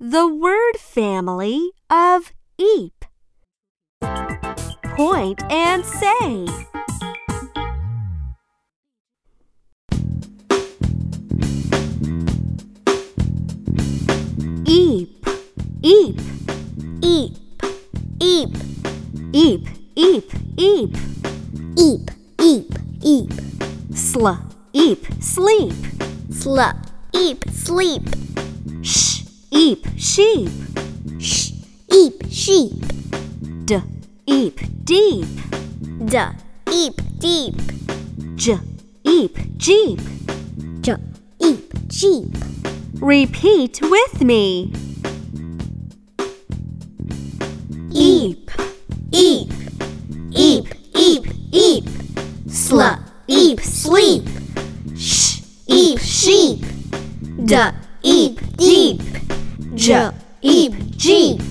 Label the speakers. Speaker 1: the word family of eep. Point and say. Eep, eep,
Speaker 2: Eep, eep,
Speaker 1: eep, eep, eep.
Speaker 2: eep, eep, eep.
Speaker 1: Sl, eep, sleep.
Speaker 2: Slup, eep, sleep.
Speaker 1: Sh, eep, sheep.
Speaker 2: Sh, eep, sheep.
Speaker 1: D, eep, deep.
Speaker 2: D, eep, deep.
Speaker 1: J, eep, jeep.
Speaker 2: J, eep, jeep.
Speaker 1: Repeat with me.
Speaker 2: Eep, eep, eep, eep, eep. Slup, eep, sleep. Sh, eep, sheep. D, eep, deep. J, eep, jeep.